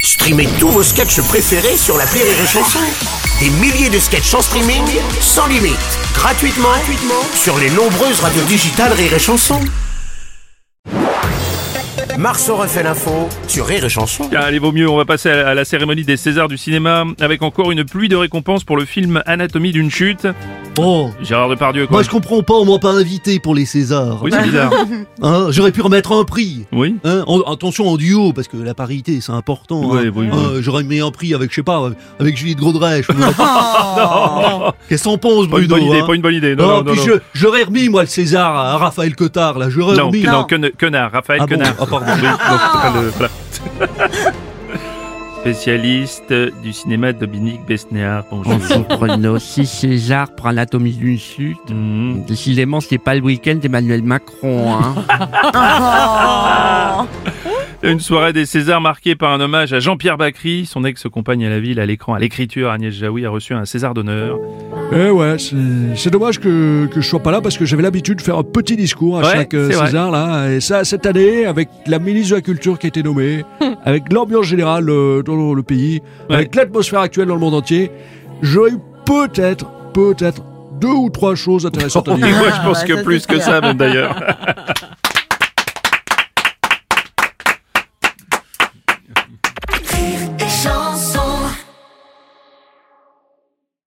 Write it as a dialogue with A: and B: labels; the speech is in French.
A: Streamez tous vos sketchs préférés sur la Rire et Chanson. Des milliers de sketchs en streaming, sans limite, gratuitement, gratuitement sur les nombreuses radios digitales Rire et Chanson. Marceau refait l'info sur Rire et Chanson.
B: Ah, Allez, vaut mieux, on va passer à la, à la cérémonie des Césars du cinéma avec encore une pluie de récompenses pour le film Anatomie d'une chute.
C: Oh,
B: Gérard Depardieu, quoi.
C: moi je comprends pas, on m'a pas invité pour les Césars.
B: Oui, c'est bizarre.
C: Hein, J'aurais pu remettre un prix.
B: Oui.
C: Hein, en- attention en duo, parce que la parité c'est important.
B: Ouais,
C: hein.
B: oui, oui.
C: Hein, J'aurais mis un prix avec, je sais pas, avec Julie de Godrèche. Qu'est-ce qu'on pense,
B: Oh. Pas une
C: Bruno
B: bonne idée,
C: hein
B: pas une bonne idée. Non,
C: Ah,
B: non, non.
C: puis
B: non.
C: je- J'aurais remis moi le César à Raphaël Cotard, là, j'aurais
B: Non,
C: remis.
B: que- non, quena- connard, Raphaël
C: Ah bon,
B: Connard.
C: ah, pardon.
B: Oui, non, c'est pas le- voilà. Spécialiste du cinéma Dominique Besnéard. Bonjour.
D: Bonjour Bruno, si César prend l'anatomie d'une chute,
B: Mhm.
D: décidément c'est pas le week-end d'Emmanuel Macron. Hein.
B: Une soirée des Césars marquée par un hommage à Jean-Pierre Bacry, son ex-compagne à la ville, à l'écran, à l'écriture. Agnès Jaoui a reçu un César d'honneur.
E: Eh ouais, c'est c'est dommage que, que je sois pas là parce que j'avais l'habitude de faire un petit discours à
B: Ouais,
E: chaque euh,
B: c'est vrai.
E: César là. Et ça, cette année, avec la ministre de la Culture qui a été nommée, avec l'ambiance générale euh, dans le pays,
B: Ouais.
E: avec l'atmosphère actuelle dans le monde entier, j'aurais eu peut-être, peut-être deux ou trois choses intéressantes à
B: Et
E: dire.
B: moi, je pense
F: bah,
B: que
F: ça,
B: plus
F: c'est
B: que
F: clair.
B: ça, même d'ailleurs.